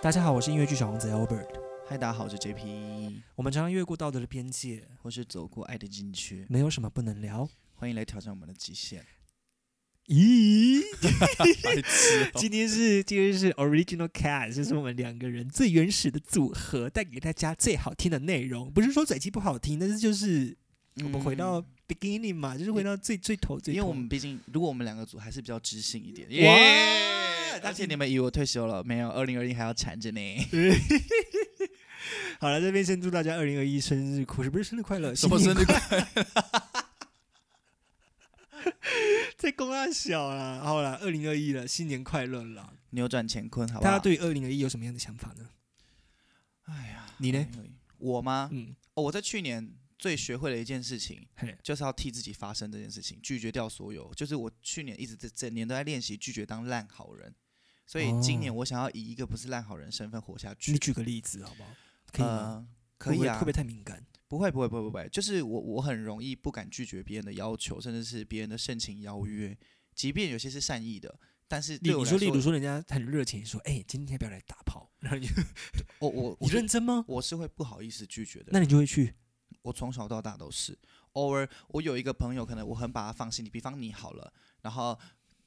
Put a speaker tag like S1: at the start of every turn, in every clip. S1: 大家好，我是音乐剧小王子 Albert。
S2: 嗨，大家好，我是 JP，
S1: 我们常常越过道德的边界，
S2: 或是走过爱的禁区，
S1: 没有什么不能聊。
S2: 欢迎来挑战我们的极限。
S1: 咦，
S2: 白痴 哦
S1: 今天是今天是 Original Cat，这是我们两个人最原始的组合，带给大家最好听的内容。不是说嘴机不好听，但是就是我们回到
S2: 嗯
S1: beginning 嘛，就是回到最最头最头。
S2: 因为我们毕竟，如果我们两个组还是比较知性一点。
S1: 哇
S2: 耶！
S1: 大
S2: 而且
S1: 家
S2: 你们以为我退休了没有？二零二一还要缠着你。
S1: 好了，这边先祝大家二零二一生日快乐，不是生日快乐，新年
S2: 日 快？
S1: 在公大小啦，好啦，二零二一了，新年快乐啦！
S2: 扭转乾坤，好不
S1: 大
S2: 好？
S1: 家对二零二一有什么样的想法呢？
S2: 哎呀，
S1: 你呢？
S2: 我吗？
S1: 嗯，
S2: 哦，我在去年最学会的一件事情，
S1: 嘿，
S2: 就是要替自己发声这件事情，拒绝掉所有。就是我去年一直在整年都在练习拒绝当烂好人，所以今年
S1: 哦
S2: 我想要以一个不是烂好人身份活下去。
S1: 你举个例子好不好？可以吗？
S2: 呃，可
S1: 会
S2: 以
S1: 不会
S2: 啊，
S1: 会不会太敏感？
S2: 不会不会不会不会，就是我我很容易不敢拒绝别人的要求，甚至是别人的盛情邀约，即便有些是善意的，但是
S1: 你
S2: 对我
S1: 你
S2: 来
S1: 说，
S2: 说，
S1: 例如说人家很热情说，哎、今天要不要来打炮？然后你就
S2: 我我
S1: 你
S2: 我
S1: 认
S2: 是
S1: 真吗？
S2: 我是会不好意思拒绝的
S1: 那
S2: 人，
S1: 你就会去。
S2: 我从小到大都是。偶尔我有一个朋友，可能我很把他放心里，比方你好了，然后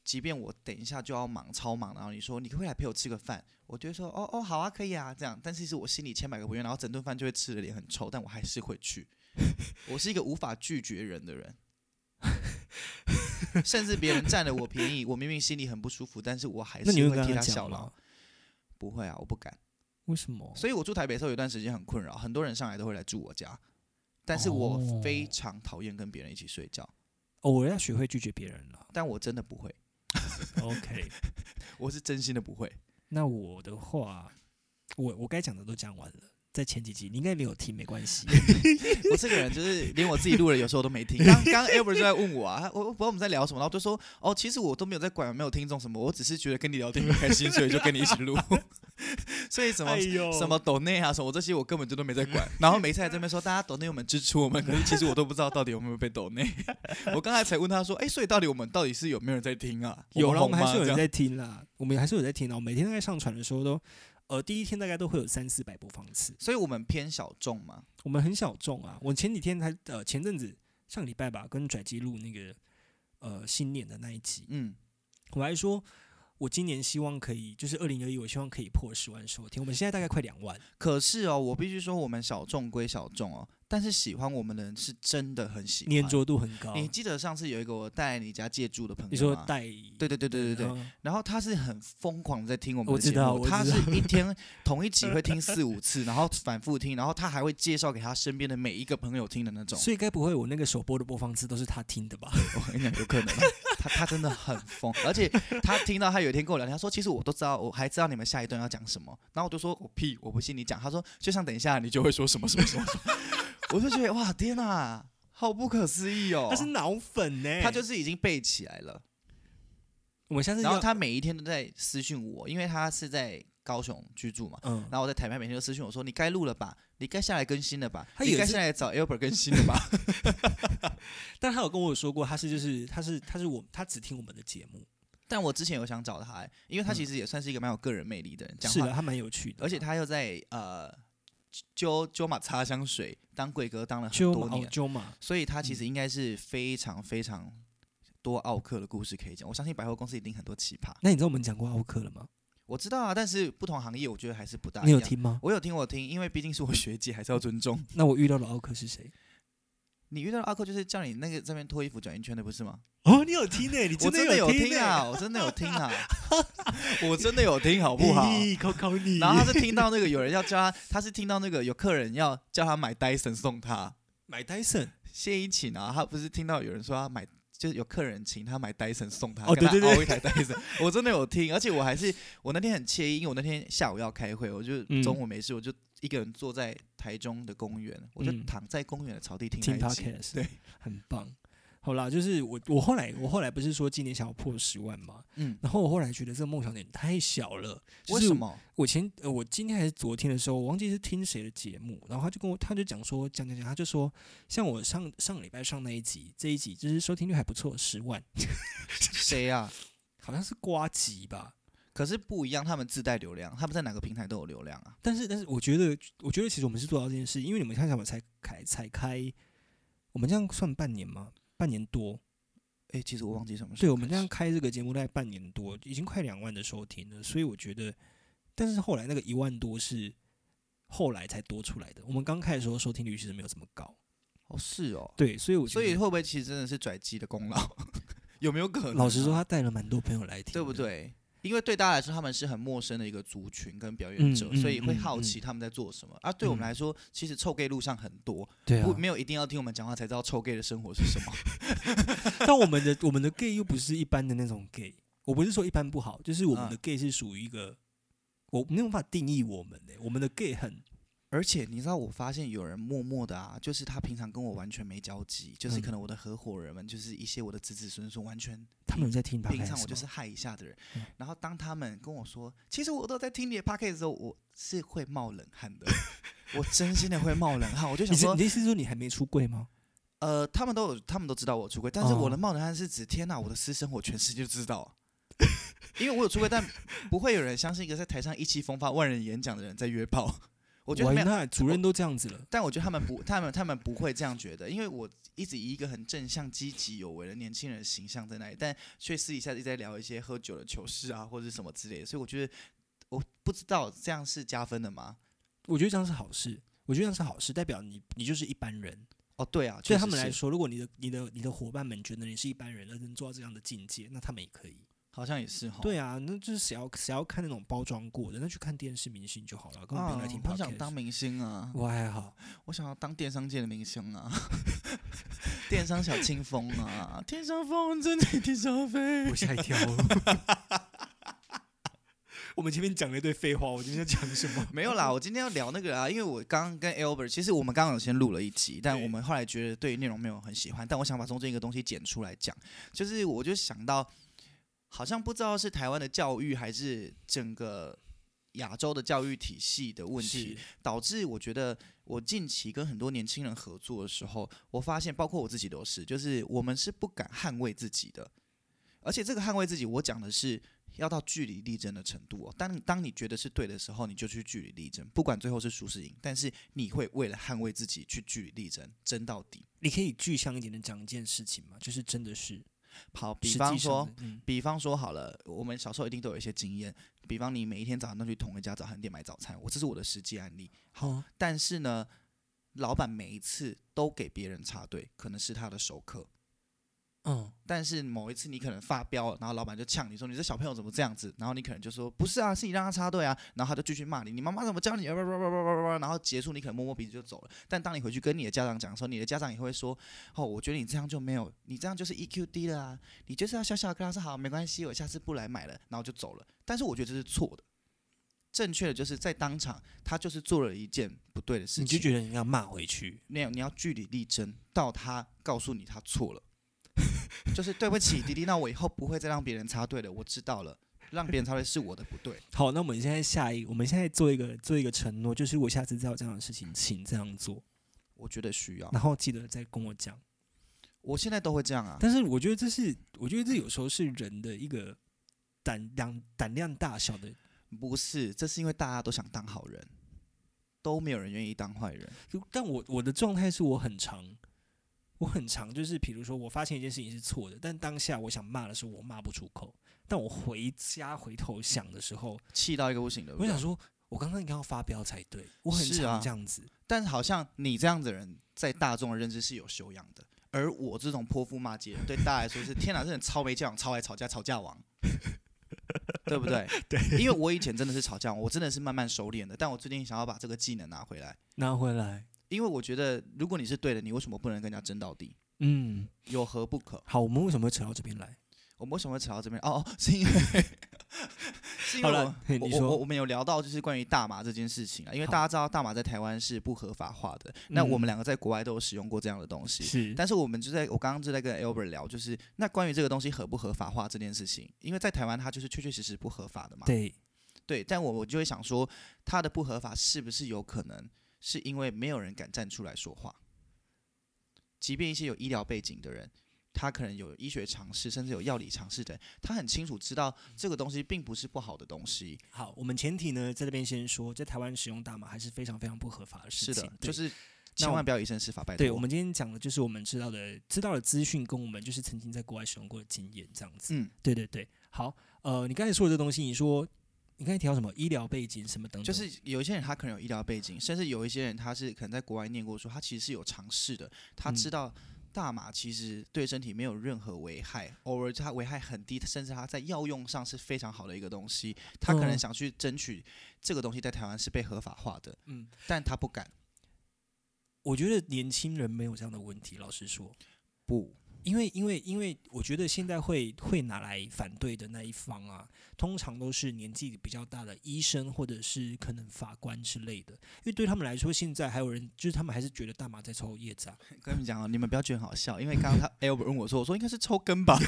S2: 即便我等一下就要忙超忙，然后你说你可不可以来陪我吃个饭，我就会说哦哦好啊可以啊这样，但其实我心里千百个不愿，然后整顿饭就会吃的脸很臭，但我还是会去。我是一个无法拒绝人的人，甚至别人占了我便宜，我明明心里很不舒服，但是我还是
S1: 那你会
S2: 会
S1: 跟
S2: 哎替他
S1: 讲
S2: 效劳
S1: 吗。？
S2: 不会啊，我不敢。
S1: 为什么？
S2: 所以我住台北的时候有段时间很困扰，很多人上来都会来住我家，但是我非
S1: 哦
S2: 常讨厌跟别人一起睡觉，。
S1: 哦，我要学会拒绝别人了
S2: 但我真的不会，
S1: OK，
S2: 我是真心的不会。
S1: 那我的话，我我该讲的都讲完了，在前几集你应该没有听，没关 系。
S2: 我这个人就是连我自己录了，有时候都没听。刚刚 Albert 就在问我啊，我我不知道我们在聊什么，然后我就说哦，其实我都没有在管有没有听众什么，我只是觉得跟你聊天很开心，所以就跟你一起录。 所以什么、
S1: 呦
S2: 什么？抖内啊什么这些我根本就都没在
S1: 嗯
S2: 管。然后每次还在那边说大家抖内我们支持我们，可是其实我都不知道到底有没有被抖 内。我刚才才问他说，哎、所以到底我们到底是有没有人在听啊？
S1: 有啦，
S2: 了，
S1: 我们还是有人
S2: 这样。
S1: 在听啦，我们还是有在听啦。我每天大概上传的时候都，呃，第一天大概都会有三四百播放次。
S2: 所以我们偏小众嘛，
S1: 我们很小众啊。我前几天才呃前阵子上礼拜吧，跟拽机录那个呃新年的那一集，
S2: 嗯，
S1: 我还说我今年希望可以，就是二零二一，我希望可以破十万收听。我们现在大概快两万，
S2: 可是哦，我必须说我们小众归小众哦，但是喜欢我们的人是真的很喜欢。
S1: 粘着度很高。
S2: 你记得上次有一个我带来你家借住的朋友吗
S1: 你说带
S2: 对对对对对对，
S1: 嗯
S2: 然后他是很疯狂地在听我们
S1: 我
S2: 的节
S1: 知
S2: 目，
S1: 道我
S2: 他
S1: 知
S2: 是一天同一集会听四五次，然后反复听，然后他还会介绍给他身边的每一个朋友听的那种。
S1: 所以该不会我那个首播的播放次都是他听的吧？
S2: 我跟你讲， 有可能啊，他他真的很疯，而且他听到他有一天跟我聊天，他说其实我都知道，我还知道你们下一段要讲什么，然后我就说我屁，我不信你讲，他说就像等一下你就会说什么什么什 么什么，我就觉得哇天哪、好不可思议 哦，
S1: 他是脑粉呢、
S2: 他就是已经背起来了，
S1: 我们下次
S2: 然后
S1: 要
S2: 他每一天都在私讯我，因为他是在高雄居住嘛。
S1: 嗯，
S2: 然后我在台北每天都私讯我说：“你该录了吧，你该下来更新了吧，
S1: 他
S2: 你
S1: 也
S2: 该
S1: 是
S2: 下来找 Albert 更新了吧。
S1: 但他有跟我说过，他是就是他是他是我他只听我们的节目，”
S2: 但我之前有想找他、欸，因为他
S1: 嗯
S2: 其实也算是一个蛮有个人魅力的人，讲
S1: 是啊
S2: 话
S1: 的，他蛮有趣的，
S2: 而且他又在呃揪揪马擦香水当贵哥当了很
S1: 揪
S2: 多
S1: 嘛哦
S2: 年，
S1: 揪嗯嘛，
S2: 所以他其实应该是非常非常多奥克的故事可以讲。我相信百货公司一定很多奇葩，
S1: 那你知道我们讲过奥克了吗？
S2: 我知道啊，但是不同行业我觉得还是不大一样。
S1: 你有？听吗？
S2: 我有听，我有听，因为毕竟是我学姐，还是要尊重。
S1: 那我遇到的奥克是谁？
S2: 你遇到的奥克就是叫你那个这边脱衣服转一圈的，不是吗？
S1: 哦，你有听 欸呢、你
S2: 我真的有听啊，我真的有听啊， 我真的有听，好不好？
S1: 咦考考你
S2: 然后他是听到那个有人要叫他，他是听到那个有客人要叫他买 Dyson 送他，
S1: 买 Dyson，
S2: 谢依琴啊，他不是听到有人说他买就是有客人请他买 Dyson 送他，
S1: 哦
S2: 跟他
S1: 对对对
S2: 凹一台 Dyson，我真的有听，而且我还是我那天很惬意，因为我那天下午要开会，我就
S1: 嗯
S2: 中午没事，我就一个人坐在台中的公园，我就
S1: 嗯
S2: 躺在公园的草地听
S1: 听
S2: 他一集
S1: podcast，
S2: 对，
S1: 很棒。好啦，就是我我后来我后来不是说今年想要破十万吗？
S2: 嗯，
S1: 然后我后来觉得这个梦想有点太小了。就
S2: 为
S1: 是
S2: 什么？
S1: 我前呃，我今天还是昨天的时候，我忘记是听谁的节目，然后他就跟我，他就讲说，讲讲讲，他就说，像我上上礼拜上那一集，这一集就是收听率还不错，十万，
S2: 谁啊？
S1: 好像是瓜集吧。
S2: 可是不一样，他们自带流量，他们在哪个平台都有流量啊。
S1: 但是但是，我觉得我觉得其实我们是做到这件事，因为你们看一下，我们才开才开，我们这样算半年吗？半年多，
S2: 哎、其实我忘记什么时
S1: 对
S2: 候
S1: 我
S2: 开
S1: 们这
S2: 始。
S1: 样开这个节目大概半年多，已经快两万的收听了，所以我觉得，但是后来那个一万多是后来才多出来的，我们刚开始的时候收听率其实没有这么高，
S2: 哦，是哦，
S1: 对，所以我觉
S2: 所以
S1: 得
S2: 会不会其实真的是拽机的功劳？ 有没有可能啊、
S1: 老实说，他带了蛮多朋友来听，
S2: 对不？对？因为对大家来说，他们是很陌生的一个族群跟表演
S1: 嗯
S2: 者，
S1: 嗯
S2: 所以会
S1: 嗯
S2: 好
S1: 嗯
S2: 奇他们在做什么。而、啊、对我们
S1: 嗯
S2: 来说，其实臭 gay 路上很多，
S1: 对啊
S2: 不，没有一定要听我们讲话才知道臭 gay 的生活是什么。
S1: 但我们的我们的 gay 又不是一般的那种 gay，我不是说一般不好，就是我们的
S2: 嗯
S1: gay 是属于一个。我没有办法定义我们的、我们的 gay 很
S2: 而且你知道，我发现有人默默的啊，就是他平常跟我完全没交集，就是
S1: 嗯
S2: 可能我的合伙人们，就是一些我的子子孙孙，完全
S1: 他们有在听 p o d
S2: 平常我就是害一下的人
S1: 嗯。
S2: 然后当他们跟我说，其实我都在听你的 p o c a s t 的时候，我是会冒冷汗 的，我真心的会冒冷汗。我就
S1: 你
S2: 想
S1: 是
S2: 说
S1: 你，的意思是说你还没出柜吗？
S2: 呃，他们都有，他们都知道我出轨，但是
S1: 哦
S2: 我的冒冷汗是指，天哪，我的私生活全世界都知道。因为我有出轨，但不会有人相信一个在台上意气风发、万人演讲的人在约炮。我觉得他们
S1: 那主任都这样子了，
S2: 但我觉得他们不，他们他们不会这样觉得，因为我一直以一个很正向、积极、有为的年轻人的形象在那里，但却私底下一直在聊一些喝酒的糗事啊，或者是什么之类的，所以我觉得我不知道这样是加分的吗？
S1: 我觉得这样是好事，我觉得这样是好事，代表你你就是一般人。
S2: 哦，对啊，
S1: 对
S2: 确
S1: 他
S2: 实
S1: 们来
S2: 是，
S1: 说，如果你的你的你的伙伴们觉得你是一般人，而能做到这样的境界，那他们也可以。
S2: 好像也是哈。
S1: 对啊，那就是谁要谁要看那种包装过的，那去看电视明星就好了，根本不
S2: 啊，
S1: 用来听
S2: 我想
S1: podcast。
S2: 当明星啊，
S1: 我还好，
S2: 我想要当电商界的明星啊， 电商小清风 啊，天上风筝在天上飞。
S1: 我吓一跳。我们前面讲了一堆废话，我今天要讲什 么？
S2: 没有啦，我今天要聊那个啊，因为我刚刚跟 Albert，其实我们刚刚有先录了一集，但
S1: 对
S2: 我们后来觉得对内容没有很喜欢，但我想把中间一个东西剪出来讲，就是我就想到，好像不知道是台湾的教育还是整个亚洲的教育体系的问题，导致我觉得我近期跟很多年轻人合作的时候，我发现包括我自己都是，就是我们是不敢捍卫自己的，而且这个捍卫自己，我讲的是要到据理力争的程度哦。当当你觉得是对的时候，你就去据理力争，不管最后是输是赢，但是你会为了捍卫自己去据理力争，争到底。
S1: 你可以具象一点的讲一件事情吗？就是真的是，
S2: 好，比
S1: 实际
S2: 方
S1: 上
S2: 说
S1: 的，，嗯，
S2: 比方说好了，我们小时候一定都有一些经验，比方你每一天早上都去同一家早餐店买早餐，我这是我的实际案例。
S1: 好，
S2: 但是呢，老板每一次都给别人插队，可能是他的熟客。
S1: 嗯，
S2: 但是某一次你可能发飙，然后老板就呛你说你这小朋友怎么这样子，然后你可能就说不是啊，是你让他插队啊，然后他就继续骂你，你妈妈怎么教你，叭叭叭叭叭叭叭然后结束你可能摸摸鼻子就走了。但当你回去跟你的家长讲的时候，你的家长也会说，哦，我觉得你这样就没有，你这样就是 EQ 低了啊，你就是要小小跟他说好，没关系，我下次不来买了，然后就走了。但是我觉得这是错的，正确的就是在当场他就是做了一件不对的事情，
S1: 你就觉得你要骂回去，
S2: 没有，你要据理力争，到他告诉你他错了， 就是对不起，迪迪，那我以后不会再让别人插队了，我知道了，让别人插队是我的不对。
S1: 好，那我们现在下一，我们现在做一个做一个承诺，就是我下次再有这样的事情，请这样做，
S2: 我觉得需要，
S1: 然后记得再跟我讲。
S2: 我现在都会这样啊。
S1: 但是我觉得这是，我觉得这有时候是人的一个胆量胆量大小的。
S2: 不是，这是因为大家都想当好人，都没有人愿意当坏人。
S1: 就但我我的状态是我很长，我很长，就是比如说我发现一件事情是错的，但当下我想骂的时候我骂不出口，但我回家回头想的时候，
S2: 气到一个不行的。
S1: 我想说，我刚刚应该要发飙才对，我很
S2: 是啊
S1: 常这样子。
S2: 但是好像你这样子的人，在大众的认知是有修养的，而我这种泼妇骂街，对大家来说是天哪，这人超没教养、超爱吵架、吵架王，对不对？对，因为我以前真的是吵架王，我真的是慢慢收敛的，但我最近想要把这个技能拿回来，
S1: 拿回来，
S2: 因为我觉得如果你是对的，你为什么不能跟人家争到底？
S1: 嗯，
S2: 有何不可？
S1: 好，我们为什么会扯到这边来？
S2: 我们为什么会扯到这边？哦， 哦，是因为是因
S1: 好
S2: 为
S1: 了
S2: 我
S1: 嘿
S2: 我
S1: 你
S2: 我
S1: 说
S2: 我我们有聊到就是关于大麻这件事情啊，因为
S1: 好
S2: 大家知道大麻在台湾是不合法化的，那我
S1: 嗯
S2: 们两个在国外都有使用过这样的东西。
S1: 是，
S2: 但是我们就在我刚刚就在跟 Albert 聊，就是那关于这个东西合不合法化这件事情，因为在台湾它就是确确实实不合法的嘛。
S1: 对，
S2: 对，但我我就会想说，它的不合法是不是有可能是因为没有人敢站出来说话？即便一些有医疗背景的人，他可能有医学常识，甚至有药理常识的人，他很清楚知道这个东西并不是不好的东西。
S1: 好，我们前提呢，在这边先说，在台湾使用大麻还是非常非常不合法的事
S2: 是
S1: 情。
S2: 的，
S1: 对
S2: 就是千
S1: 我
S2: 万不要以身试法，拜托。
S1: 对，我们今天讲的就是我们知道的、知道的资讯，跟我们就是曾经在国外使用过的经验，这样子。
S2: 嗯，
S1: 对对对，好，呃，你刚才说的这东西，你说你刚才提到什么医疗背景什么等等，
S2: 就是有一些人他可能有医疗背景，甚至有一些人他是可能在国外念过书，他其实是有尝试的，他
S1: 嗯
S2: 知道大麻其实对身体没有任何危害，偶尔它危害很低，甚至它在药用上是非常好的一个东西，他可能
S1: 嗯
S2: 想去争取这个东西在台湾是被合法化的，
S1: 嗯，
S2: 但他不敢，
S1: 我觉得年轻人没有这样的问题，老实说，
S2: 不，
S1: 因为因为因为我觉得现在会会拿来反对的那一方啊，通常都是年纪比较大的医生或者是可能法官之类的，因为对他们来说，现在还有人就是他们还是觉得大麻在抽叶子啊。
S2: 跟你们讲哦，你们不要觉得很好笑，因为 刚刚他 Albert 问我说，我说应该是抽根吧，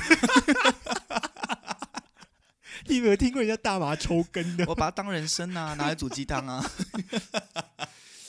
S1: 你有没有听过人家大麻抽根的？
S2: 我把它当人参啊，拿来煮鸡 汤啊，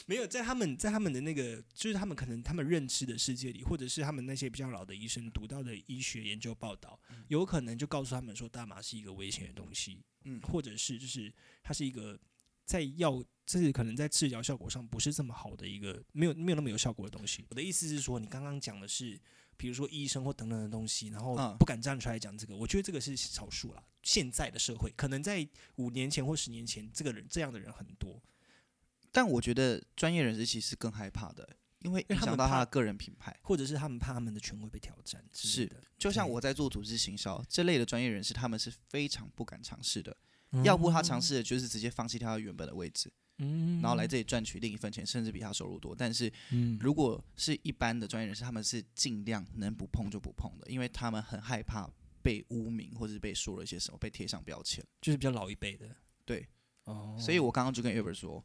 S1: 没有，在他们在他们的那个，就是他们可能他们认知的世界里，或者是他们那些比较老的医生读到的医学研究报道，有可能就告诉他们说大麻是一个危险的东西，
S2: 嗯
S1: 或者是就是它是一个在药，就是可能在治疗效果上不是这么好的一个，没有没有那么有效果的东西。我的意思是说，你刚刚讲的是，比如说医生或等等的东西，然后
S2: 嗯
S1: 不敢站出来讲这个，我觉得这个是少数啦。现在的社会，可能在五年前或十年前，这个人这样的人很多，
S2: 但我觉得专业人士其实更害怕的，因为
S1: 因为
S2: 影
S1: 他
S2: 响
S1: 们
S2: 到他
S1: 怕
S2: 的个人品牌。
S1: 或者是他们怕他们的权威被挑战之类的。
S2: 就像
S1: 对
S2: 我在做组织行销这类的专业人士，他们是非常不敢尝试的。
S1: 嗯
S2: 要不他尝试的就是直接放弃他原本的位置，
S1: 嗯，嗯
S2: 然后来，这里赚取另一份钱，甚至比他收入多。但是
S1: 嗯，
S2: 如果是一般的专业人士，他们是尽量能不碰就不碰的，因为他们很害怕被污名或者是被说了一些什么，被贴上标签。
S1: 就是比较老一辈的，
S2: 对，
S1: 哦，
S2: 所以我刚刚就跟 Ever 说，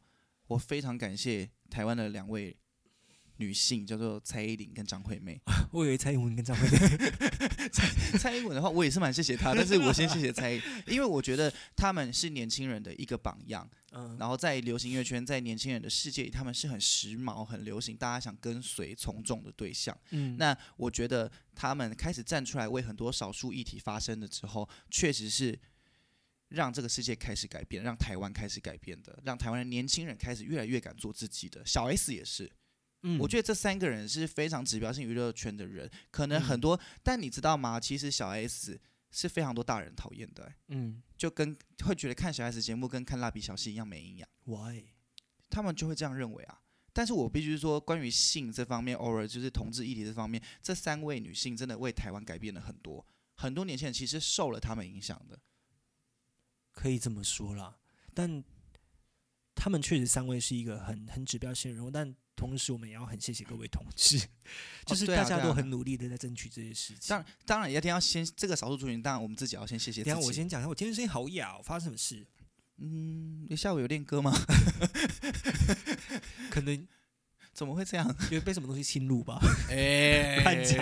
S2: 我非常感谢台湾的两位女性，叫做蔡依林跟张惠妹。
S1: 我以为蔡英文跟张惠
S2: 嗯
S1: 妹，
S2: 蔡英文的话，我也是蛮谢谢她，但是我先谢谢蔡英，因为我觉得他们是年轻人的一个榜样，
S1: 嗯，
S2: 然后在流行音乐圈，在年轻人的世界里，他们是很时髦、很流行，大家想跟随从众的对象。
S1: 嗯
S2: 那我觉得他们开始站出来为很多少数议题发声的之后，确实是。让这个世界开始改变，让台湾开始改变的，让台湾的年轻人开始越来越敢做自己的。小 S 也是，
S1: 嗯
S2: 我觉得这三个人是非常指标性娱乐圈的人，可能很
S1: 嗯
S2: 多，但你知道吗？其实小 S 是非常多大人讨厌的欸、
S1: 嗯
S2: 就跟会觉得看小 S 节目跟看蜡笔小新一样没营养，
S1: ，why？
S2: 他们就会这样认为啊。但是我必须说，关于性这方面，偶尔就是同志议题这方面，这三位女性真的为台湾改变了很多，很多年轻人其实受了他们影响的。
S1: 可以这么说啦，但他们确实三位是一个很很指标性的人物，但同时我们也要很谢谢各位同志， 就是
S2: 对啊
S1: 大家
S2: 对啊
S1: 都很努力的在争取这些事情。
S2: 当然，当然一定要先这个少数族群，当然我们自己要先谢谢自
S1: 等一下我
S2: 己。
S1: 先讲一下，我今天声音好哑、哦，发生什么事？
S2: 嗯，你下午有练歌吗？
S1: 可能
S2: 怎么会这样？
S1: 有被什么东西侵入吧？
S2: 哎，
S1: 乱讲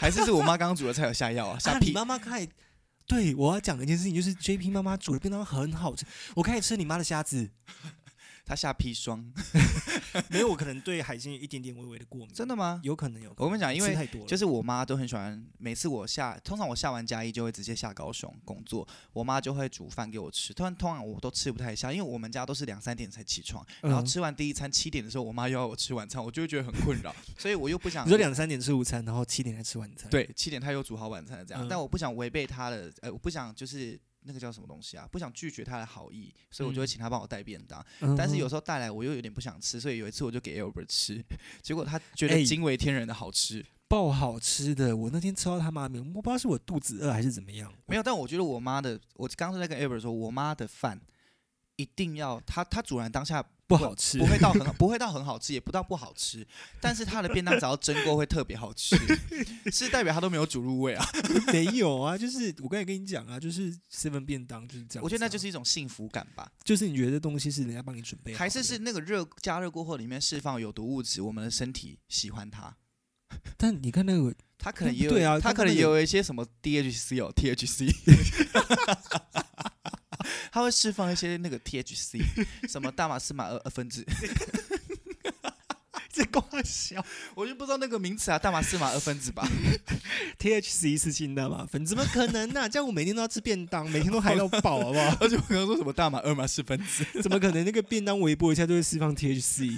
S2: 还是是我妈刚刚煮的菜有下药啊？下
S1: 啊、你
S2: 屁！
S1: 妈妈开，对我要讲的一件事情就是 JP 妈妈煮的便当很好吃，我开始吃你妈的虾子，
S2: 她下砒霜，
S1: 没有，我可能对海鲜有一点点微微的过敏，
S2: 真的吗？
S1: 有可能有可能。
S2: 我跟你讲因为
S1: 吃太多了，
S2: 就是是我妈都很喜欢，每次我下，通常我下完嘉义就会直接下高雄工作，我妈就会煮饭给我吃。通通常我都吃不太下，因为我们家都是两三点才起床，
S1: 嗯
S2: 然后吃完第一餐七点的时候，我妈又要我吃晚餐，我就会觉得很困 扰，所以我又不想
S1: 你说两三点吃午餐，然后七点才吃晚餐，，
S2: 对七点她又煮好晚餐了这样，
S1: 嗯
S2: 但我不想违背她的，呃，我不想就是那个叫什么东西啊，不想拒绝她的好意，所以我就会
S1: 嗯
S2: 请她帮我带便当。
S1: 嗯
S2: 但是有时候带来我又有点不想吃，所以有一次我就给 Albert 吃， 结果他觉得
S1: 哎
S2: 惊为天人的好吃。
S1: 爆好吃的，我那天吃到他妈咪，我不知道是我肚子饿还是怎么样，
S2: 没有，但我觉得我妈的，我刚刚在跟 Albert 说，我妈的饭一定要她她煮完当下
S1: 不好吃
S2: 不，会到很好不会到很好吃，也不到不好吃，但是它的便当只要蒸过会特别好吃， 是代表它都没有煮入味啊。
S1: 没有啊，就是我刚才跟你讲啊，就是 seven 便当就是这样子啊、
S2: 我觉得那就是一种幸福感吧，
S1: 就是你觉得东西是人家帮你准备好的，
S2: 还是是那个热加热过后里面释放有毒物质，我们的身体喜欢它，
S1: 但你看那个
S2: 它可能也有
S1: 对啊
S2: 它可
S1: 但那个
S2: 能也有一些什么 DHC 哦 THC，它会释放一些那个 THC，什么大马士马二二分子，
S1: 这光小
S2: 我就不知道那个名词啊，大马士马二分子吧。
S1: THC 是新的嘛？粉怎么可能呢、这样我每天都要吃便当，每天都嗨到爆，好不好？
S2: 而且我刚刚说什么大马二马四分子，
S1: 怎么可能那个便当微波一下就会释放 THC？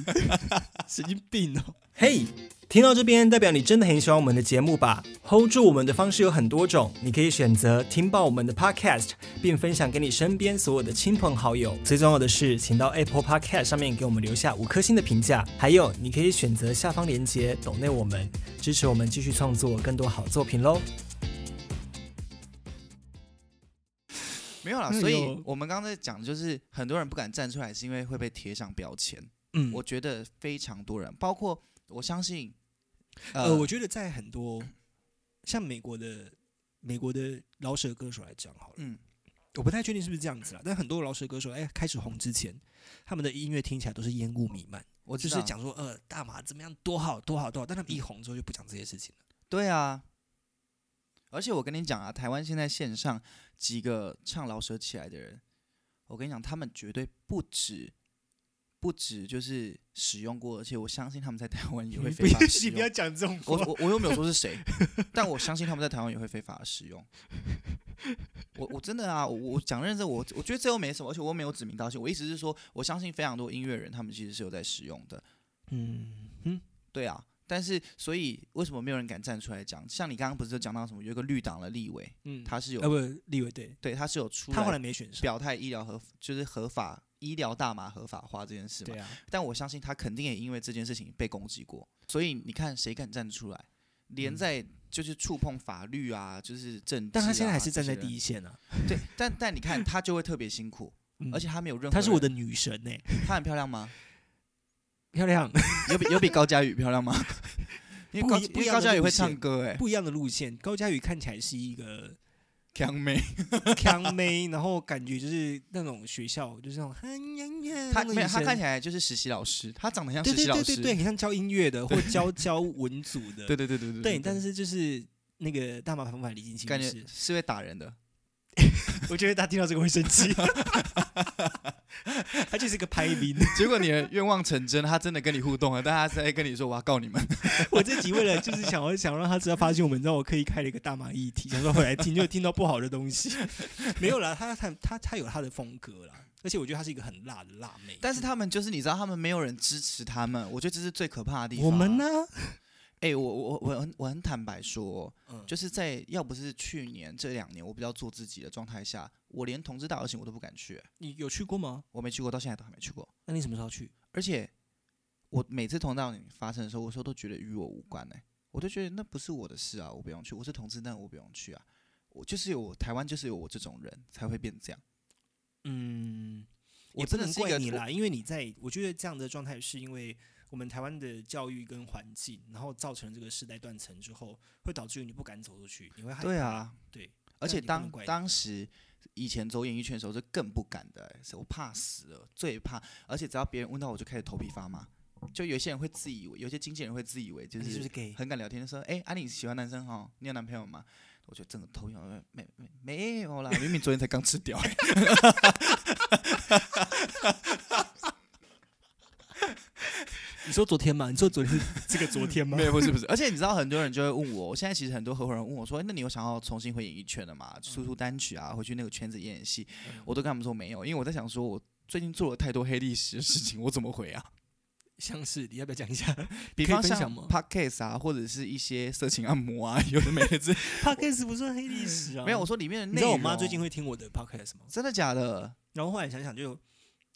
S1: 神经病哦！
S3: 嘿、听到这边，代表你真的很喜欢我们的节目吧？Hold 住我们的方式有很多种，你可以选择听爆我们的 Podcast，并分享给你身边所有的亲朋好友。最重要的是，请到 Apple Podcast 上面给我们留下五颗星的评价。还有，你可以选择下方链接抖内我们，支持我们继续创作更多好作品喽。
S2: 没有啦。
S1: 哎呦
S2: 所以我们刚才讲，就是很多人不敢站出来，是因为会被贴上标签。
S1: 嗯，
S2: 我觉得非常多人，包括我相信，呃，
S1: 呃，我觉得在很多像美国的美国的饶舌歌手来讲好了，
S2: 嗯，
S1: 我不太确定是不是这样子啦，但很多饶舌歌手哎开始红之前，他们的音乐听起来都是烟雾弥漫，
S2: 我
S1: 就
S2: 知
S1: 是
S2: 道
S1: 讲说呃大麻怎么样多好多好多好，但他们一红之后就不讲这些事情了。
S2: 对啊。而且我跟你讲啊，台湾现在线上几个唱老舌起来的人，我跟你讲，他们绝对不止。不止就是使用过，而且我相信他们在台湾也会非法使用。
S1: 讲这种
S2: 我我我又没有说是谁，但我相信他们在台湾也会非法使用。我我真的啊，我我讲认真，我我觉得这又没什么，而且我又没有指名道姓。我意思是说，我相信非常多音乐人他们其实是有在使用的，
S1: 嗯嗯，
S2: 对啊。但是所以为什么没有人敢站出来讲？像你刚刚不是就讲到什么，有一个绿党的立委，
S1: 嗯
S2: 他是有、
S1: 呃不立伟对，
S2: 对他是有出
S1: 他后
S2: 来
S1: 来没选上，
S2: 表态医疗合就是合法医疗大麻合法化这件事嘛
S1: 对。啊，
S2: 但我相信他肯定也因为这件事情被攻击过，所以你看谁敢站出来，连在就是触碰法律啊，就是政治、啊，
S1: 嗯但他现在还是站在
S2: 这些
S1: 第
S2: 人
S1: 一线啊，
S2: 对，但但你看他就会特别辛苦，
S1: 嗯
S2: 而且他没有任何人，
S1: 她是我的女神呢、
S2: 她很漂亮吗？
S1: 漂 亮，
S2: 有比有比高佳宇漂亮吗？ 因为高
S1: 不一不一
S2: 因为
S1: 样
S2: 高
S1: 的
S2: 佳宇
S1: 路
S2: 会
S1: 线
S2: 唱歌哎、欸，
S1: 不一样的路线。高佳宇看起来是一个
S2: 强妹，
S1: 强妹，然后感觉就是那种学校，就是那种很洋洋
S2: 她
S1: 那种
S2: 没有
S1: 女
S2: 她看
S1: 生
S2: 起来就是实习老师，她长得像
S1: 对
S2: 实
S1: 对
S2: 习老
S1: 对
S2: 师，
S1: 对对，很像教音乐的或教教文组的，
S2: 对对对对对
S1: 对，但是就是那个大麻烦法李进清
S2: 感
S1: 是
S2: 觉，是会打人的，
S1: 我觉得他听到这个会生气， 他就是一个拍兵。
S2: 结果你的愿望成真，他真的跟你互动了，但他是在跟你说我要告你们。
S1: 我这集为了就是想要想让他知道发现我们，让我刻意开了一个大麻议题，想说回来听就听到不好的东 西，没有啦，他他他他有他的风格啦，而且我觉得他是一个很辣的辣妹。
S2: 但是他们就是你知道，他们没有人支持他们，我觉得这是最可怕的地方。
S1: 我们？呢，
S2: 哎、我我我我很我很坦白说，
S1: 嗯
S2: 就是在要不是去年这两年我比较做自己的状态下，我连同志大游行我都不敢去，
S1: 你有去过吗？
S2: 我没去过，到现在都还没去过。
S1: 那你什么时候去？
S2: 而且我每次同志大游行发生的时候，我说都觉得与我无关呢、欸我就觉得那不是我的事啊，我不用去，我是同志，但我不用去啊。我就是有我台湾就是有我这种人才会变这样，
S1: 嗯，
S2: 我
S1: 也不
S2: 真的
S1: 能
S2: 是一
S1: 怪
S2: 个
S1: 你
S2: 我
S1: 啦，因为你在，我觉得这样的状态是因为我们台湾的教育跟环境，然后造成这个世代断层之后，会导致于你不敢走出去，你会害怕。
S2: 对，啊，
S1: 对，
S2: 而且
S1: 但你不能怪
S2: 当当
S1: 人
S2: 时以前走演艺圈的时候是更不敢的、欸，是我怕死了，最怕。而且只要别人问到我就开始头皮发麻，就有一些人会自以为，有些经纪人会自以为就
S1: 你是不是
S2: 是
S1: gay？
S2: 很敢聊天，就说：“哎、啊你喜欢男生哈？你有男朋友吗？”我就整个头痒，没没没有啦，明明昨天才刚吃掉、欸。
S1: 你说昨天嘛？你说昨天是这个昨天吗
S2: 没？有，不是不是。而且你知道，很多人就会问我，我现在其实很多合伙人问我说：“哎那你有想要重新回演艺圈了
S1: 嗯
S2: 吗？出出单曲啊，回去那个圈子演演戏？”我都跟他们说没有，因为我在想说，我最近做了太多黑历史的事情，我怎么回啊？
S1: 像是你要不要讲一下
S2: 比
S1: 可以
S2: 方
S1: 分
S2: 像
S1: 享吗
S2: podcast 啊，或者是一些色情按摩啊，有的没的这
S1: ？Podcast 不是黑历史啊？
S2: 没有。我，说里面的
S1: 你
S2: 内
S1: 知
S2: 容。
S1: 道我妈最近会听我的 Podcast 吗？
S2: 真的假的？
S1: 然后后来想想就，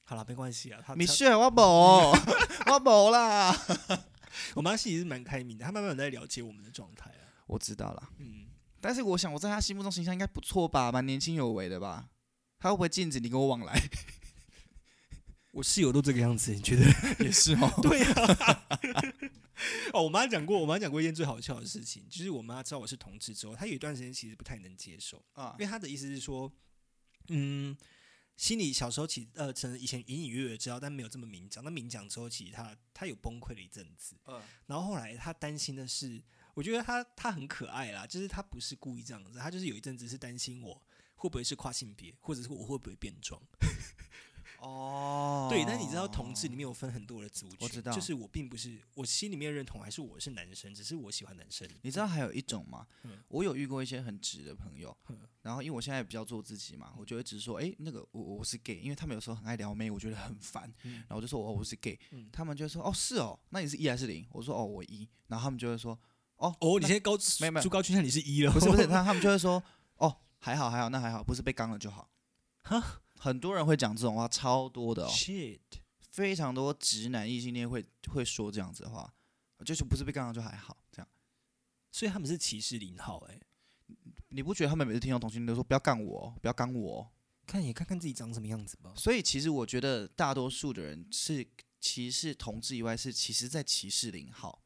S1: 好了，没关系啊。她
S2: 米
S1: 她
S2: 雪，我 某，我某啦。
S1: 我妈心里是蛮开明的，她慢慢有在了解我们的状态啊。
S2: 我知道了，
S1: 嗯，
S2: 但是我想我在他心目中形象应该不错吧，蛮年轻有为的吧。他会不会禁止你跟我往来？
S1: 我室友都这个样子，你觉得？
S2: 也是哦。
S1: 对呀、 哦，我妈讲过，我妈讲过一件最好笑的事情，就是我妈知道我是同志之后，她有一段时间其实不太能接受，
S2: 啊
S1: 因为她的意思是说，嗯，心里小时候其呃，可能以前隐隐约约知道，但没有这么明讲。那明讲之后，其实她她有崩溃了一阵子，
S2: 嗯
S1: 然后后来她担心的是，我觉得她她很可爱啦，就是她不是故意这样子，她就是有一阵子是担心我。会不会是跨性别，或者是我会不会变装？
S2: 哦，
S1: 对，但你知道同志里面有分很多的族群，
S2: 我知道
S1: 就是我并不是我心里面认同，还是我是男生，只是我喜欢男生。
S2: 你知道还有一种吗？
S1: 嗯
S2: 我有遇过一些很直的朋友，
S1: 嗯
S2: 然后因为我现在也比较做自己嘛，我就会只是说，哎、那个我我是 gay，因为他们有时候很爱撩妹，我觉得很烦，
S1: 嗯
S2: 然后我就说哦我是 gay，、
S1: 嗯
S2: 他们就会说哦是哦，那你是一还是零？我说哦我一，然后他们就会说哦
S1: 哦，你
S2: 那
S1: 现在高
S2: 没有没有
S1: 朱高君，像你是一了，
S2: 不是不是，他他们就会说哦还好还好那还好，不是被刚了就好。
S1: 哈
S2: 很多人会讲这种话，超多的哦，
S1: ，shit，
S2: 非常多直男异性恋会会说这样子的话，就是不是被刚了就还好这样。
S1: 所以他们是歧视零号哎、
S2: 你不觉得他们每次听到同性恋都说不要干我哦，不要刚我哦？
S1: 看也看看自己长什么样子吧。
S2: 所以其实我觉得大多数的人是歧视同志以外，是其实在歧视零号，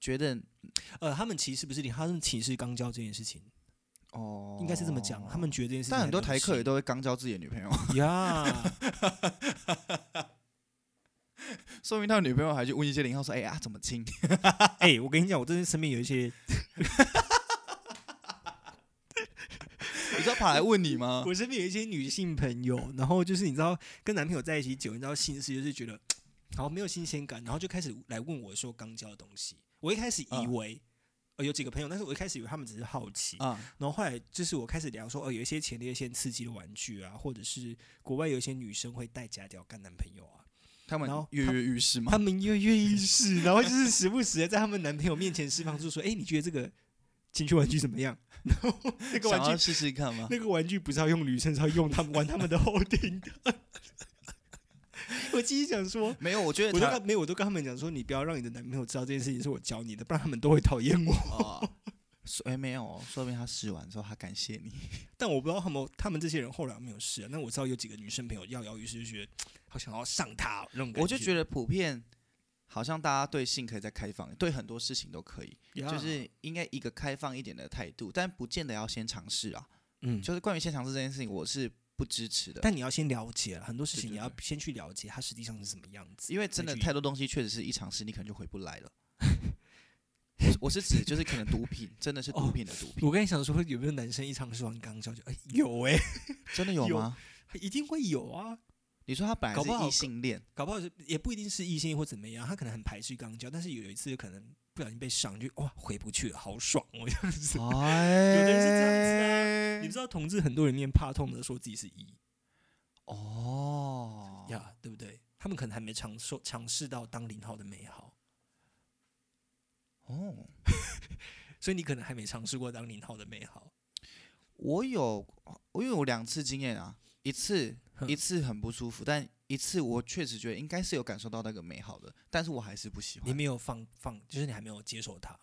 S2: 觉得
S1: 呃，他们歧视不是零，他们歧视肛交这件事情，
S2: 哦，
S1: 应该是这么讲。他们觉得这件事情
S2: 但
S1: 还
S2: 很多
S1: 对
S2: 台
S1: 不起，
S2: 客也都会刚交自己的女朋友，
S1: 呀，
S2: 说明他的女朋友还去问一些零号说：“哎、呀、怎么亲
S1: 哎、我跟你讲，我真的身边有一 些，？”
S2: 你知道跑来问你 吗？
S1: 我身边有一些女性朋友，然后就是你知道跟男朋友在一起久，你知道心思就是觉得好没有新鲜感，然后就开始来问我说肛交的东西。我一开始以
S2: 嗯
S1: 为、呃有几个朋友，但是我一开始以为他们只是好奇，
S2: 啊，
S1: 然后后来就是我开始聊说，哦，有一些前列腺刺激的玩具啊，或者是国外有一些女生会戴假屌干男朋友啊，
S2: 他们
S1: 然后
S2: 跃
S1: 他
S2: 跃欲试吗
S1: 他？们跃跃欲试，然后就是时不时的在他们男朋友面前释放出说，哎，你觉得这个情趣玩具怎么样？然后那个
S2: 想要
S1: 玩具，
S2: 试试看 吗？
S1: 那个玩具不是要用女生，是要用他们玩他们的后庭的。 我其实想说。
S2: 没有，我觉
S1: 我
S2: 得
S1: 都
S2: 他
S1: 跟没有，我都跟他们讲说，你不要让你的男朋友知道这件事情是我教你的，不然他们都会讨厌我。
S2: 啊，说哎、没有哦，说明他试完之后他感谢你。
S1: 但我不知道他们他们这些人后来有没有试、啊。那我知道有几个女生朋友摇摇欲试，就觉得好想要上他、哦、那种感
S2: 我就觉
S1: 得
S2: 得普遍好像大家对性可以再开放，对很多事情都可以。
S1: 啊
S2: 就是应该一个开放一点的态度，但不见得要先尝试啊。
S1: 嗯，
S2: 就是关于先尝试这件事情，我是不支持的，
S1: 但你要先了解啊很多事情，
S2: 对对
S1: 你要
S2: 对
S1: 先去了解它实际上是什么样子。
S2: 因为真的
S1: 再去
S2: 太多东西确实是一尝试你可能就回不来了。我是我是指就是可能毒品，真的是毒品的毒品，
S1: 我刚才想说，有没有男生一尝试完肛交就哎有 哎、
S2: 真的有吗？
S1: 一定会有啊，
S2: 你说他本来
S1: 搞不好
S2: 是异性恋，
S1: 搞不好是也不一定是异性或怎么样，他可能很排斥肛交，但是有一次可能不小心被上，就哇回不去了，好爽哦这样 子。
S2: 哎
S1: 有的人是这样子啊你知道同志很多人念怕痛的说自己是一、
S2: 哦
S1: 呀对不对？他们可能还没尝受尝试到当零号的美好，
S2: 哦，
S1: 所以你可能还没尝试过当零号的美好。
S2: 我有，我有两次经验啊，一次
S1: 哼
S2: 一次很不舒服，但一次我确实觉得应该是有感受到那个美好的，但是我还是不喜
S1: 你
S2: 欢。
S1: 没有放放，就是你还没有接受它，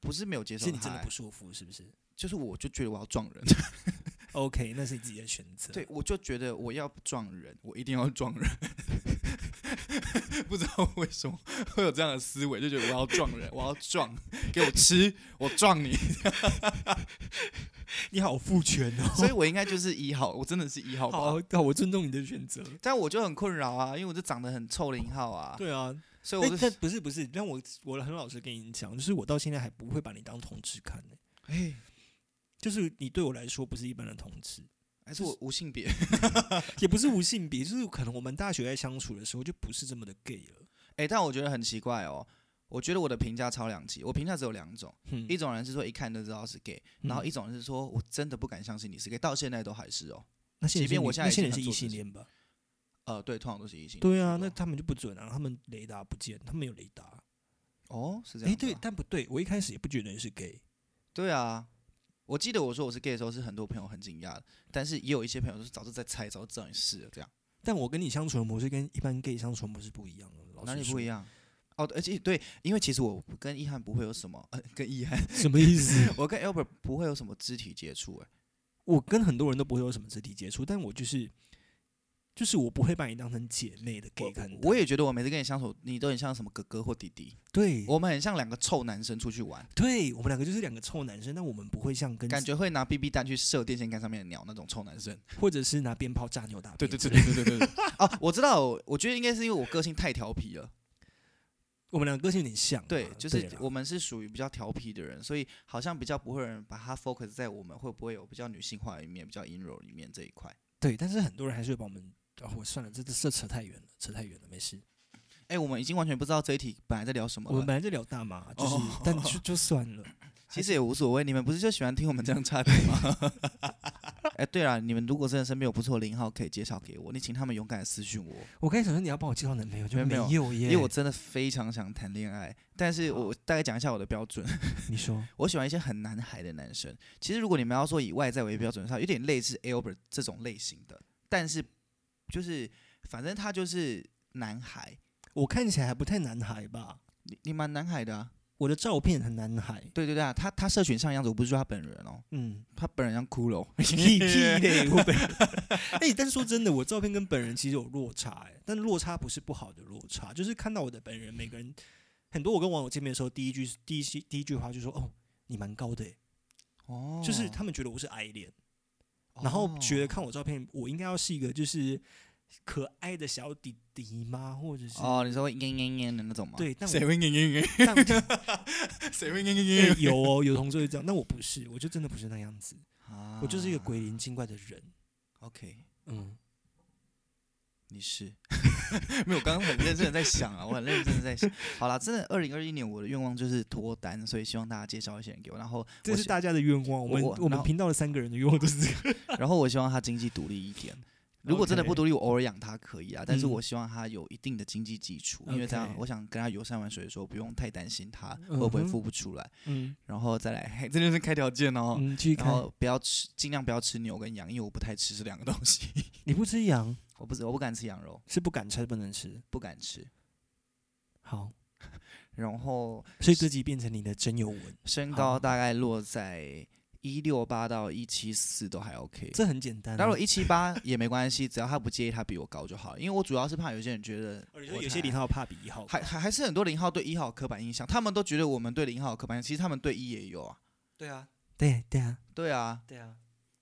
S2: 不是没有接受
S1: 是你
S2: 它
S1: 真的
S2: 欸
S1: 不舒服，是不是
S2: 就是我就觉得我要撞人，
S1: ？OK，那是你自己的选择。
S2: 对，我就觉得我要撞人，我一定要 撞人。不知道为什么会有这样的思维，就觉得我要撞人，我要撞，给我吃，我撞 你。
S1: 你好父权 哦。
S2: 所以我应该就是一号，我真的是一号吧。
S1: 好，啊好，我尊重你的选择。
S2: 但我就很困扰啊，因为我就长得很臭零号啊，
S1: 对啊，
S2: 所以我
S1: 但但
S2: 就
S1: 不是不是，但我我很老实跟你讲，就是我到现在还不会把你当同志看呢、
S2: 哎，
S1: 就是你对我来说不是一般的同志，
S2: 还是我无性别。
S1: 也不是无性别，就是可能我们大学在相处的时候就不是这么的 gay 了。
S2: 哎、但我觉得很奇怪哦。我觉得我的评价超两极，我评价只有两种，
S1: 嗯
S2: 一种人是说一看就知道是 gay，、然后
S1: 嗯
S2: 一种人是说我真的不敢相信你是 gay，到现在都还是哦。
S1: 那些人
S2: 即便
S1: 是
S2: 我
S1: 你那
S2: 现在
S1: 些
S2: 已经
S1: 人
S2: 在
S1: 是异
S2: 做自
S1: 性
S2: 己
S1: 恋吧？
S2: 呃，对，通常都是异性恋居多。
S1: 对啊，那他们就不准啊，他们雷达不见，他们有雷达。
S2: 哦是这
S1: 哎、
S2: 样、
S1: 对，，但不对，我一开始也不觉得你是 gay。
S2: 对啊。我记得我说我是 gay 的时候，是很多朋友很惊讶的，但是也有一些朋友是早就在猜，早就知道你是了这样。
S1: 但我跟你相处的模式跟一般 gay 相处的模式不一样了，老
S2: 哪
S1: 实
S2: 里不
S1: 说
S2: 一？样？哦，而且对，因为其实我跟一涵不会有什么，呃、跟一涵，
S1: 什么意思？
S2: 我跟 Albert 不会有什么肢体接触、哎，
S1: 我跟很多人都不会有什么肢体接触，但我就是就是我不会把你当成姐妹的 gay 看待。
S2: 我也觉得我每次跟你相处，你都很像什么哥哥或弟弟，
S1: 对，
S2: 我们很像两个臭男生出去 玩，
S1: 对我们两个就是两个臭男生，但我们不会像跟
S2: 感觉会拿 BB 弹去射电线杆上面的鸟那种臭男生。
S1: 或者是拿鞭炮炸牛大便。
S2: 对对对，对对对对。 哦，我知道，我觉得应该是因为我个性太调皮了。
S1: 我们两个个性有点像啊。
S2: 啊对，就是
S1: 啦
S2: 我们是属于比较调皮的人，所以好像比较不会有人把它 focus 在我们会不会有比较女性化的一面、比较阴柔的一面这一块。
S1: 对，但是很多人还是会把我们。哦，我算了，这这这扯太远了，扯太远了，没事。
S2: 哎，我们已经完全不知道这一题本来在聊什么
S1: 我们
S2: 了，
S1: 本来在聊大麻，就是，
S2: 哦
S1: 但就就算了。
S2: 其实也无所谓。你们不是就喜欢听我们这样差评吗？ 哎，对了，你们如果真的身边有不错的零号可以介绍给我，你请他们勇敢的私讯我，
S1: 我刚才想说你要帮我介绍男朋友，就
S2: 没有没有
S1: 有耶。
S2: 因为我真的非常想谈恋爱。但是
S1: 好
S2: 我大概讲一下我的标准，
S1: 你说
S2: 我喜欢一些很男孩的男生。其实如果你们要说以外在为标准的话，有点类似 Albert 这种类型的，但是就是反正他就是男孩，
S1: 我看起来还不太男孩吧？
S2: 你你蛮男孩的啊。
S1: 我的照片很男孩。
S2: 对对对啊，他他社群上样子，我不是说他本人哦，
S1: 嗯，
S2: 他本人像骷 髅。
S1: 屁屁 嘞，我本人。哎、但是说真的，我照片跟本人其实有落差、哎，但落差不是不好的落差，就是看到我的本人，每个人很多我跟网友见面的时候，第一句第一句第一句话就说：“哦，你蛮高的、哎
S2: 哦
S1: 就是他们觉得我是矮脸，然后觉得看我照片，我应该要是一个就是可爱的小弟弟吗？或者是、
S2: 哦，你说会嘤嘤嘤的那种吗？
S1: 对，但
S2: 谁
S1: 我
S2: 会嘤嘤嘤？
S1: 但
S2: 谁会嘤嘤
S1: 哎
S2: 嘤？
S1: 有哦，有同桌会这样，那我不是，我就真的不是那样子，
S2: 啊
S1: 我就是一个鬼灵精怪的人。
S2: OK，
S1: 嗯，
S2: 你是 没有？我刚刚很认真的在想啊，我很认真的在想。好啦，真的，二零二一年我的愿望就是脱单，所以希望大家介绍一些人给我。然后
S1: 这
S2: 我
S1: 是
S2: 希
S1: 大家的愿望，我们
S2: 我
S1: 我
S2: 我然
S1: 们
S2: 后
S1: 频道的三个人的愿望都是这个。
S2: 然后我希望他经济独立一点。如果真的不独立，我偶尔养他可以啊，但是我希望他有一定的经济基础，因为这样
S1: 嗯 OK
S2: 我想跟他游山玩水的时候，不用太担心他会
S1: 嗯哼
S2: 不会付不出来。
S1: 嗯
S2: 然后再来，嘿这就是开条件哦。
S1: 嗯，继续
S2: 然
S1: 看，
S2: 后不要吃，尽量不要吃牛跟羊，因为我不太吃这两个东西。
S1: 你不吃羊
S2: 我不吃，我不敢吃羊肉，
S1: 是不敢吃，不能吃。
S2: 不敢吃。
S1: 好，
S2: 然后
S1: 所以这集变成你的真有文，
S2: 身
S1: 好
S2: 高大概落在一六八到一七四都还 OK。
S1: 这很简单、啊。
S2: 当然我一七八也没关系，只要他不介意他比我高就好了。因为我主要是怕有些人觉得
S1: 哦
S2: 我
S1: 你
S2: 太，
S1: 说有些零号怕比一号
S2: 还
S1: 高，
S2: 还还是很多零号对一号有刻板印象，他们都觉得我们对零号有刻板印象，其实他们对一也有啊。对啊，
S1: 对对啊，
S2: 对啊，
S1: 对啊。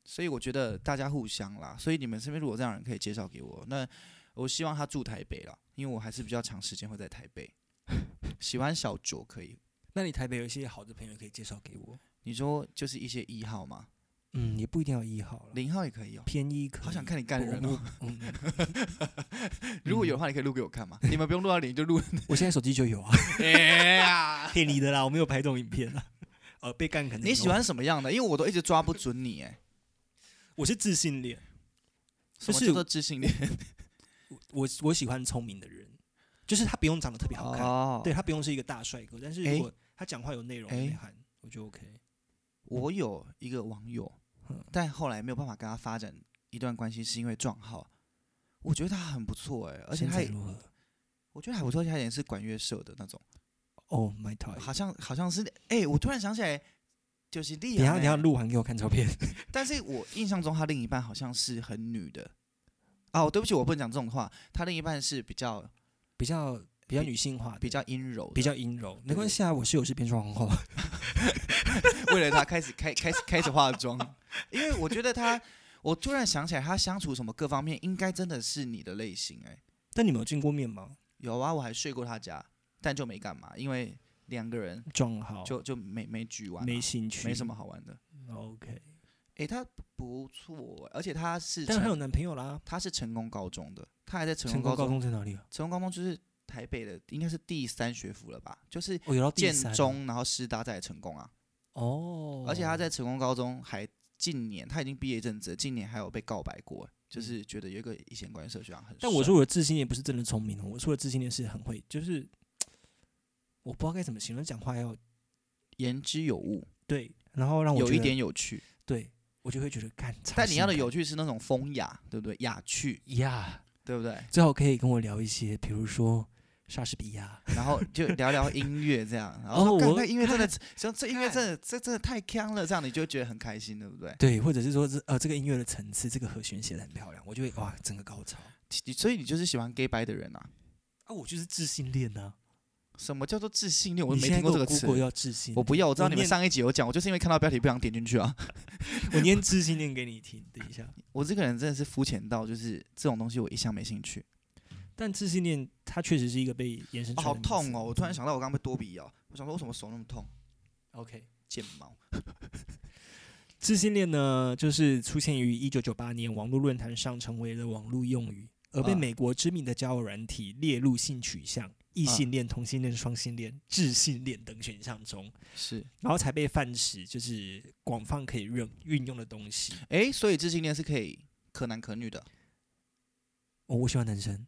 S2: 所以我觉得大家互相啦，所以你们身边如果这样的人可以介绍给我，那我希望他住台北啦，因为我还是比较长时间会在台北。 喜欢小酌可以，
S1: 那你台北有一些好的朋友可以介绍给我？
S2: 你说就是一些一号嘛，
S1: 嗯，也不一定要一号了，
S2: 零号也可以哦。
S1: 偏一可以。
S2: 好想看你干人哦！
S1: 我！我嗯，
S2: 如果有的话，你可以录给我看嘛。 你们不用录到 零，就录。
S1: 我现在手机就有 啊，
S2: 哎呀，
S1: 给你的啦，我没有拍这种影片啊。呃，被干可能
S2: 你喜
S1: 有
S2: 欢什么样的？因为我都一直抓不准你哎。
S1: 我是自信恋，
S2: 什么
S1: 就是
S2: 叫做知性恋？
S1: 我我喜欢聪明的人，就是他不用长得特别好看，
S2: 哦
S1: 对，他不用是一个大帅哥，但是如
S2: 诶
S1: 果他讲话有内容、有
S2: 诶
S1: 内涵，我就 OK。
S2: 我有一个网友
S1: 嗯，
S2: 但后来没有办法跟他发展一段关系，是因为撞号。我觉得他很不错哎，而且
S1: 现
S2: 他
S1: 在
S2: 也
S1: 如何
S2: 我觉得还不错，而且他也是管乐社的那种，
S1: ？Oh
S2: 哦
S1: my god！
S2: 好像好像是哎、我突然想起来，就是丽
S1: 等一下
S2: 阳、
S1: 等一下，鹿晗给我看照片。
S2: 但是我印象中他另一半好像是很女的。哦，对不起，我不能讲这种话。他另一半是比较
S1: 比 较比较女性化的，
S2: 比较阴柔的，
S1: 比较阴柔，没关系啊，我室友是变装皇后，
S2: 为了他开始开开始开始化妆，因为我觉得他，我突然想起来，他相处什么各方面，应该真的是你的类型哎、
S1: 但你们有见过面吗？
S2: 有啊，我还睡过他家，但就没干嘛，因为两个人
S1: 撞号
S2: 就就没没举完啊、
S1: 没兴趣，
S2: 没什么。好玩的。
S1: OK，
S2: 诶，他不错，欸而且他是
S1: 但是她有
S2: 成
S1: 男朋友啦。
S2: 他是成功高中的，他还在成
S1: 成功
S2: 功高
S1: 高
S2: 中，
S1: 中在哪里啊？
S2: 成功高中就是台北的，应该是第三学府了吧？就是
S1: 哦我有到第
S2: 建
S1: 三
S2: 中，然后师大再来成功啊。
S1: 哦，
S2: 而且他在成功高中还近年他已经毕业一阵子了，近年还有被告白过，就是觉得有一个以前管理社学长很帅。
S1: 嗯但我说我的自信也不是真的聪明哦，我说的自信也是很会，就是我不知道该怎么形容，讲话要
S2: 言之有物，
S1: 对，然后让我
S2: 有
S1: 觉
S2: 一
S1: 得
S2: 点有趣，
S1: 对，我就会觉得干。
S2: 但你要的
S1: 超
S2: 有趣是那种风雅，对不对？雅趣，
S1: 性感呀，
S2: 对不对？
S1: 最好可以跟我聊一些，比如说莎士比亚，
S2: 然后就聊聊音乐这样，然后
S1: 哦
S2: 说干
S1: 我
S2: 那音乐真的，像这音乐
S1: 看
S2: 真的这真的太强了，这样你就会觉得很开心，对不对？
S1: 对，或者是说这呃这个音乐的层次，这个和弦写的很漂亮，我就会哇整个高潮
S2: 其所以你就是喜欢 gay 白的人啊？
S1: 啊，我就是自信恋呐、
S2: 什么叫做自信恋？我
S1: 你
S2: 没
S1: 现在
S2: 听
S1: 给
S2: 过这
S1: 我
S2: 个词
S1: Google。要自信，
S2: 我不要，我知道
S1: 我
S2: 你们
S1: 念
S2: 上一集有讲，我就是因为看到标题不想点进去啊。
S1: 我 念自信恋给你听，等一下。
S2: 我这个人真的是肤浅到，就是这种东西我一向没兴趣。
S1: 但自信恋它确实是一个被延伸出
S2: 哦
S1: 来的
S2: 好
S1: 名
S2: 痛
S1: 词嗯
S2: 哦！我突然想到我刚刚被多比咬，我想说为什么手那么痛？
S1: ，OK，
S2: 剑毛
S1: 自信恋呢，就是出现于一九九八年网络论坛上，成为了网络用语，而被
S2: 啊
S1: 美国知名的交友软体列入性取向、
S2: 啊
S1: 异性恋、同性恋、双性恋、智性恋等选项中，
S2: 是
S1: 然后才被泛指，就是广泛可以用运用的东西。
S2: 诶，所以自信恋是可以可男可女的，
S1: 哦，我喜欢男生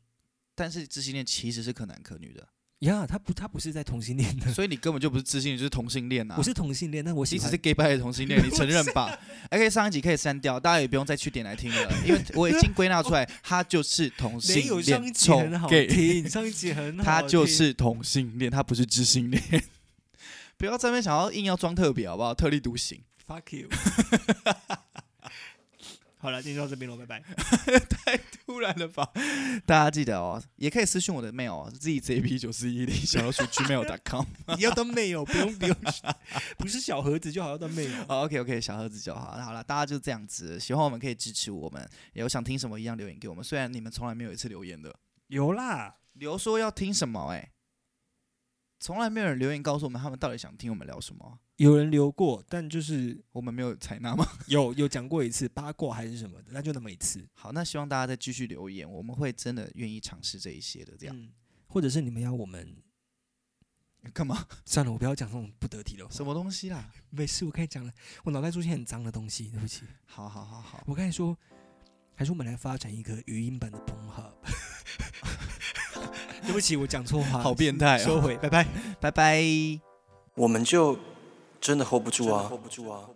S2: 但是自信恋其实是可男可女 的，
S1: 呀，他不，他不是在同性恋的，
S2: 所以你根本就不是自信恋，就是同性恋啊！
S1: 我是同性恋，但我
S2: 你
S1: 喜
S2: 只
S1: 欢
S2: 是 gay 拜的同性恋，你承认 吧？OK，上一集可以删掉，大家也不用再去点来听了，因为我已经归纳出 来，他就是同性
S1: 哦没有上一
S2: 恋，
S1: 集
S2: 臭
S1: 很好
S2: gay，
S1: 听，上一集很好听，
S2: 他就是同性恋，他不是知性恋。 不要在那边想要硬要装特别好不好？特立独行，
S1: fuck you。好了，今天就到这边了，拜拜。
S2: 突然了吧？大家记得哦，也可以私信我的 mail 哦 zjb 九四一零小老鼠 gmail.com。
S1: 你 要当妹友，哦不用不用，不是小盒子就好，要当妹友。
S2: 哦，OK OK，小盒子就好。那好了，大家就这样子，喜欢我们可以支持我们，有想听什么一样留言给我们。虽然你们从来没有一次留言的，
S1: 有啦，
S2: 留说要听什么、欸，哎，从来没有人留言告诉我们他们到底想听我们聊什么啊，
S1: 有人留过，但就是
S2: 我们没有采纳吗？
S1: 有有讲过一次八卦还是什么的，那就那么一次。
S2: 好，那希望大家再继续留言，我们会真的愿意尝试这一些的。这样
S1: 嗯，或者是你们要我们
S2: 干嘛？
S1: 算了，我不要讲这种不得体的话。
S2: 什么东西啊啦？
S1: 没事，我刚才讲了，我脑袋出现很脏的东西，对不起。
S2: 好好好好，
S1: 我刚才说，还是我们来发展一个语音版的 p o n h 对不起，我讲错话，
S2: 好变态
S1: 收
S2: 哦！
S1: 回，拜拜。
S2: 拜拜。
S3: 我们就真的 hold 不住啊，hold 不住啊。